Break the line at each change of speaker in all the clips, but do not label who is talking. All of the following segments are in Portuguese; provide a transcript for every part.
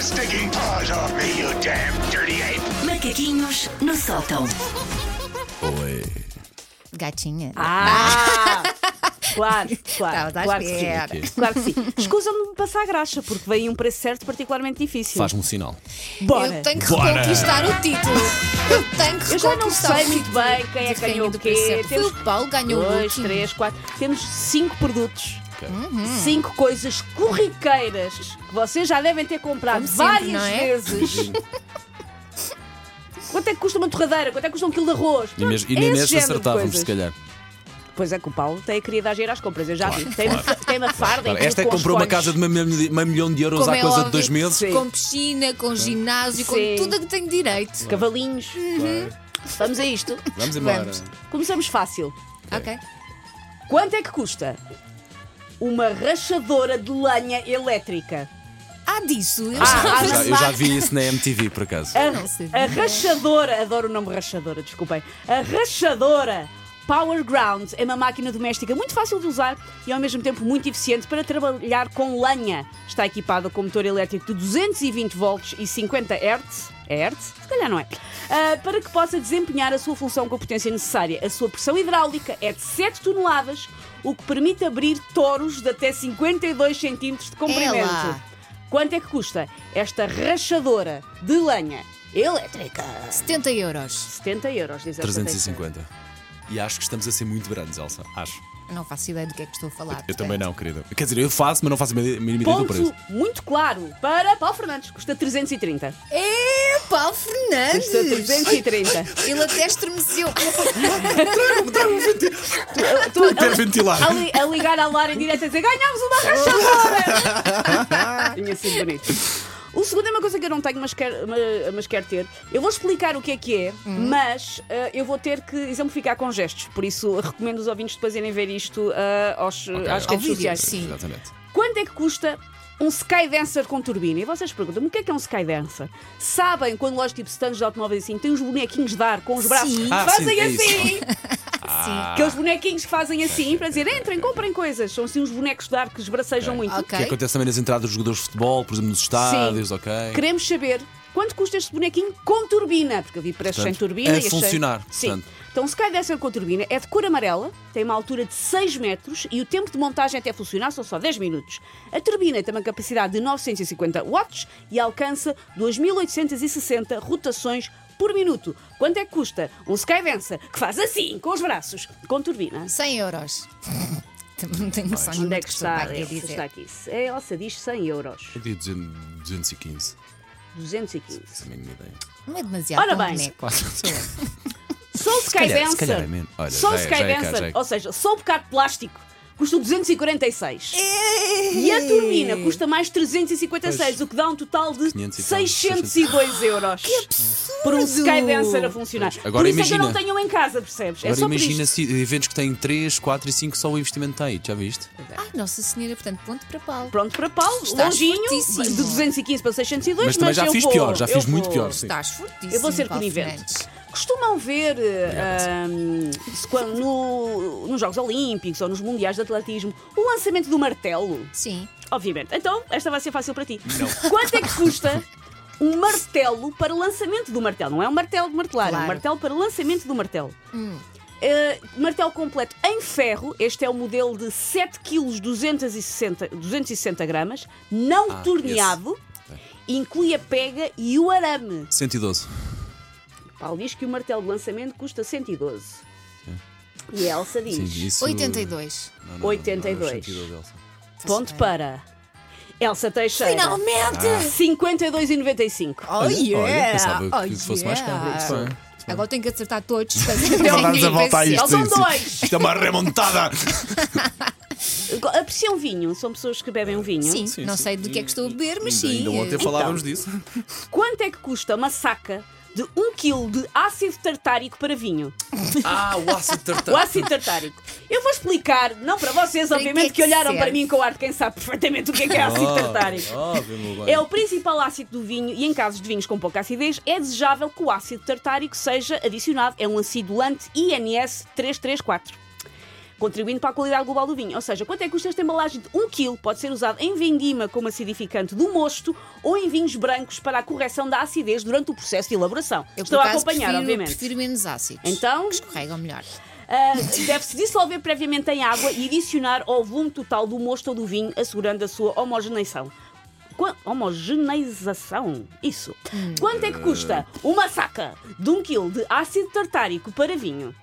stinking paws off me, you damn dirty ape!
Macaquinhos no sótão.
Oi.
Gatinha.
Ah! Claro, claro,
Estavas à
claro que
espera.
sim. Claro que sim. Escusam-me de passar a graxa, porque veio um preço certo particularmente difícil.
Faz-me um sinal.
Bora!
Eu tenho que
Bora.
reconquistar o título. Eu tenho que
Eu já não
reconquistar
sei
o
muito
título
bem quem é
de
que
rainha
ganhou
do
o quê.
Príncipe. Foi
Temos
o Paulo ganhou o
dois,
último.
três, quatro. Temos cinco produtos.
Ok.
Uhum.
Cinco coisas corriqueiras que vocês já devem ter comprado
Como sempre,
várias
não é?
vezes. Quanto é que custa uma torradeira? Quanto é que custa um quilo de arroz?
E, mes- e
Esse
nem neste
género de
acertávamos,
coisas.
se calhar.
Pois é que o Paulo tem a querida agir às compras, eu já vi.
Claro,
Tem, uma- tem uma farda.
Claro, esta é que
tipo com os
comprou uma
fones.
casa de meio milhão de- meio milhão de euros
Como
há
é
coisa de
óbvio,
dois meses.
Sim.
Com piscina, com ginásio,
Sim.
com tudo a que tenho direito.
Cavalinhos.
Uhum.
Vamos a isto.
Vamos embora.
Vamos.
Começamos fácil.
Ok.
Quanto é que custa? Uma rachadora de lenha elétrica.
Há disso. Eu
Ah,
Eu
já-
já- eu já vi isso na MTV, por acaso.
A,
não sabia.
a rachadora, adoro o nome rachadora, desculpem. A rachadora Power Ground é uma máquina doméstica muito fácil de usar e ao mesmo tempo muito eficiente para trabalhar com lenha. Está equipada com motor elétrico de 220 volts e 50 Hz. É Hertz? Se calhar não é. Ah, para que possa desempenhar a sua função com a potência necessária. A sua pressão hidráulica é de 7 toneladas, o que permite abrir toros de até 52 cm de comprimento.
Ela.
Quanto é que custa esta rachadora de lenha elétrica?
70 euros.
70 euros, diz a
350. E acho que estamos a ser muito grandes, Elsa. Acho.
Não faço ideia do que é que estou a falar.
Eu também não, querida. Quer dizer, eu faço, mas não faço a mínima ideia do preço.
Ponto muito claro para Paulo Fernandes, custa 330.
É, Paulo Fernandes.
Custa 330.
Ele até estremeceu.
Estou
Quero ventilar.
a, li- a ligar à Lara em direto a dizer: ganhámos uma rachadora! Tinha sido bonito. O segundo é uma coisa que eu não tenho, mas quero, ma- mas quero ter. Eu vou explicar o que é que é, mas ah, eu vou ter que exemplificar com gestos. Por isso, recomendo os ouvintes depois irem ver isto ah, aos, às
Ao
redes
vídeo,
sociais.
Sim.
Exatamente.
Quanto é que custa um Skydancer com turbina? E vocês perguntam-me o que é que é um Skydancer? Sabem quando lojas tipo stands de automóveis assim, têm os bonequinhos de ar com os braços
Sim.
Ah,
fazem
sim, é
assim?
Ah,
Que é os bonequinhos que fazem assim para dizer entrem, comprem coisas. São assim uns bonecos de ar que esbracejam muito.
Ok.
que acontece também nas entradas dos jogadores de futebol, por exemplo, nos estádios, ok?
Queremos saber quanto custa este bonequinho com turbina, porque eu vi preços sem
Portanto,
turbina
a
e achei...
funcionar,
Sim.
portanto.
Então o Skydancer com turbina é de cor amarela, tem uma altura de 6 metros e o tempo de montagem até funcionar são só 10 minutos. A turbina tem uma capacidade de 950 watts e alcança 2860 rotações por minuto. Quanto é que custa um Skydancer que faz assim, com os braços, com turbina?
100 euros. Também não tenho noção
Onde
nenhuma
é
do
que
que estou a estar aqui
está?
a
Elsa?
dizer.
Está aqui. A Elsa diz 100 euros.
Eu diria 200 215.
215.
Sem a mínima ideia.
Não é demasiado.
Ora
é um
bem.
boneco.
Quase.
Só o
calhar- se
Skydancer.
calhar é menos. Olha,
só o
já é- já é caro,
Skydancer.
já é caro.
ou seja, só o bocado de plástico custa 246. E a turbina custa mais 356, o que dá um total de
500 e tal,
602 euros. Que absurdo! Por um Skydancer a funcionar.
Pois, agora
por isso é que eu
imagina-
não tenho um em casa, percebes? é
Agora
só
imagina
por isto.
se eventos que têm 3, 4 e 5 só o investimento está aí, já viste?
Ai, Nossa Senhora, portanto, ponto para Paulo.
Pronto para Paulo,
Estás
longinho,
fortíssimo.
de 215 para 602,
Mas
mas,
também já
eu
fiz
vou-
pior, já
eu
fiz muito
vou-
pior, sim.
Estás fortíssimo.
Eu vou ser
Paulo
conivente.
Fernandes.
Costumam ver ah, se quando no- nos Jogos Olímpicos ou nos Mundiais de Atletismo o lançamento do martelo.
Sim.
Obviamente. Então, esta vai ser fácil para ti. Quanto é que custa um martelo para lançamento do martelo? Não é um martelo de martelar, é um
Claro. Hum.
martelo para lançamento do martelo. Uh, martelo completo em ferro, este é o modelo de 7 kg 260, 260 gramas, não
Ah,
torneado, inclui a pega e o arame.
112.
Paulo diz que o martelo de lançamento custa 112. E a Elsa diz:
Sim, isso...
82.
Não, não, não, não,
82.
não, não, não, não, não, não, não, não.
ponto Ah, para Elsa Teixeira.
Tá Finalmente!
52,95.
Oh yeah!
Olha, pensava que
Oh,
fosse mais caro.
yeah.
Muito bem.
Agora tenho que acertar todos.
Não vamos a voltar a isto.
São
isto-
dois.
Isto é uma remontada.
Apreciam vinho, são pessoas que bebem um vinho.
Sim, não sei do que é que estou a beber, mas sim.
Ainda ontem falávamos disso.
Quanto é que custa uma saca de 1 kg de ácido tartárico para vinho?
Ah, o ácido
O
tartar.
ácido tartárico. Eu vou explicar, não para vocês,
Tá. Para
obviamente,
que é que
que, olharam
serve?
para mim com ar de quem sabe perfeitamente o que é que é
Oh.
ácido tartárico. É o principal ácido do vinho e, em casos de vinhos com pouca acidez, é desejável que o ácido tartárico seja adicionado. É um acidulante INS 334. contribuindo para a qualidade global do vinho. Ou seja, quanto é que custa esta embalagem de 1 kg? Pode ser usada em vendima como acidificante do mosto ou em vinhos brancos para a correção da acidez durante o processo de elaboração.
Eu, por
Estou a
acaso,
acompanhar,
prefiro,
obviamente.
prefiro menos ácidos.
Então?
Que escorregam melhor.
Ah, Deve-se dissolver previamente em água e adicionar ao volume total do mosto ou do vinho, assegurando a sua homogeneização. Qua- homogeneização? Isso. Quanto é que custa uma saca de 1 um kg de ácido tartárico para vinho?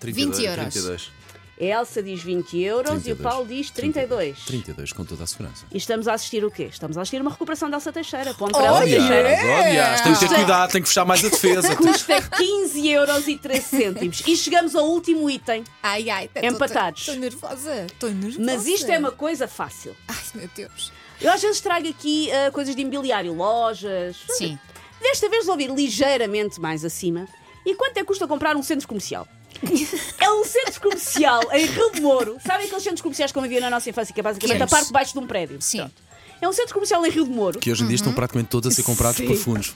20 euros.
32.
A Elsa diz 20 euros e o
32.
Paulo diz 32.
32, com toda a segurança.
E estamos a assistir o quê? Estamos a assistir uma recuperação da Elsa Teixeira. Ponto para Elsa
Olha,
Teixeira.
olha, tem que ter cuidado, tem que fechar mais a defesa.
Custa 15 euros e 3 cêntimos. E chegamos ao último item.
Ai, ai, tá-
Empatados.
Estou nervosa. Estou nervosa.
Mas isto é uma coisa fácil.
Ai, meu Deus.
Eu às vezes trago aqui ah, coisas de imobiliário, lojas.
Sim.
Desta vez vou vir ligeiramente mais acima. E quanto é que custa comprar um centro comercial? é um centro comercial em Redomoro. Sabem aqueles centros comerciais que eu vivia na nossa infância, que é basicamente
Sim.
a parte de baixo de um prédio?
Sim.
Pronto. É um centro comercial em Rio de Moro,
Que hoje em dia estão praticamente todos a ser comprados
Sim.
por fundos.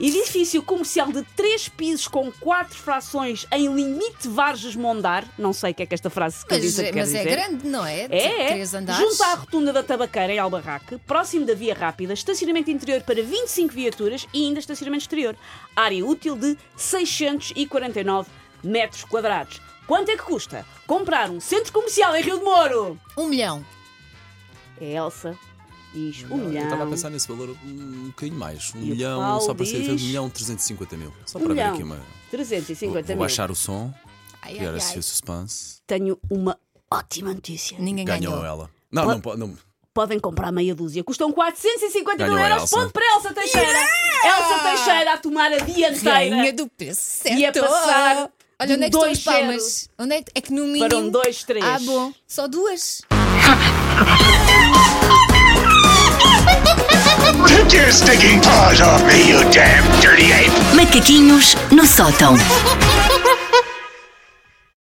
edifício comercial de três pisos com quatro frações em limite Vargas Mondar. Não sei o que é que esta frase que
Mas,
diz quer
mas é
dizer.
grande, não é?
É, é.
Três andares.
Junto à rotunda da Tabaqueira, em Albarraque, próximo da Via Rápida, estacionamento interior para 25 viaturas e ainda estacionamento exterior. Área útil de 649 metros quadrados. Quanto é que custa comprar um centro comercial em Rio de Moro?
Um milhão.
É Elsa. Diz um
Eu
milhão.
estava a pensar nesse valor um bocadinho mais. Um
o
milhão,
Paulo
só para ser
diz-
um milhão 350 mil. Só
um
para ver
milhão.
aqui uma. Vou
350
vou
mil.
baixar o som,
Ai, ai,
criar assim
ai.
o suspense.
Tenho uma ótima notícia.
Ninguém ganhou.
Ganhou ela. Não, não pode. Não.
podem comprar meia dúzia. Custam 450 mil
Ganhou a
euros.
Elsa.
Ponto para Elsa Teixeira. Elsa Teixeira a tomar a
Rainha
dianteira
do preço certo.
né? E a passar
Olha, onde é que estão
dois
as palmas? Onde é, que- é que no mínimo...
para um, dois, três.
Ah, bom. Só duas?
Take your stinking paws off me, you damn dirty ape!
Macaquinhos no sótão.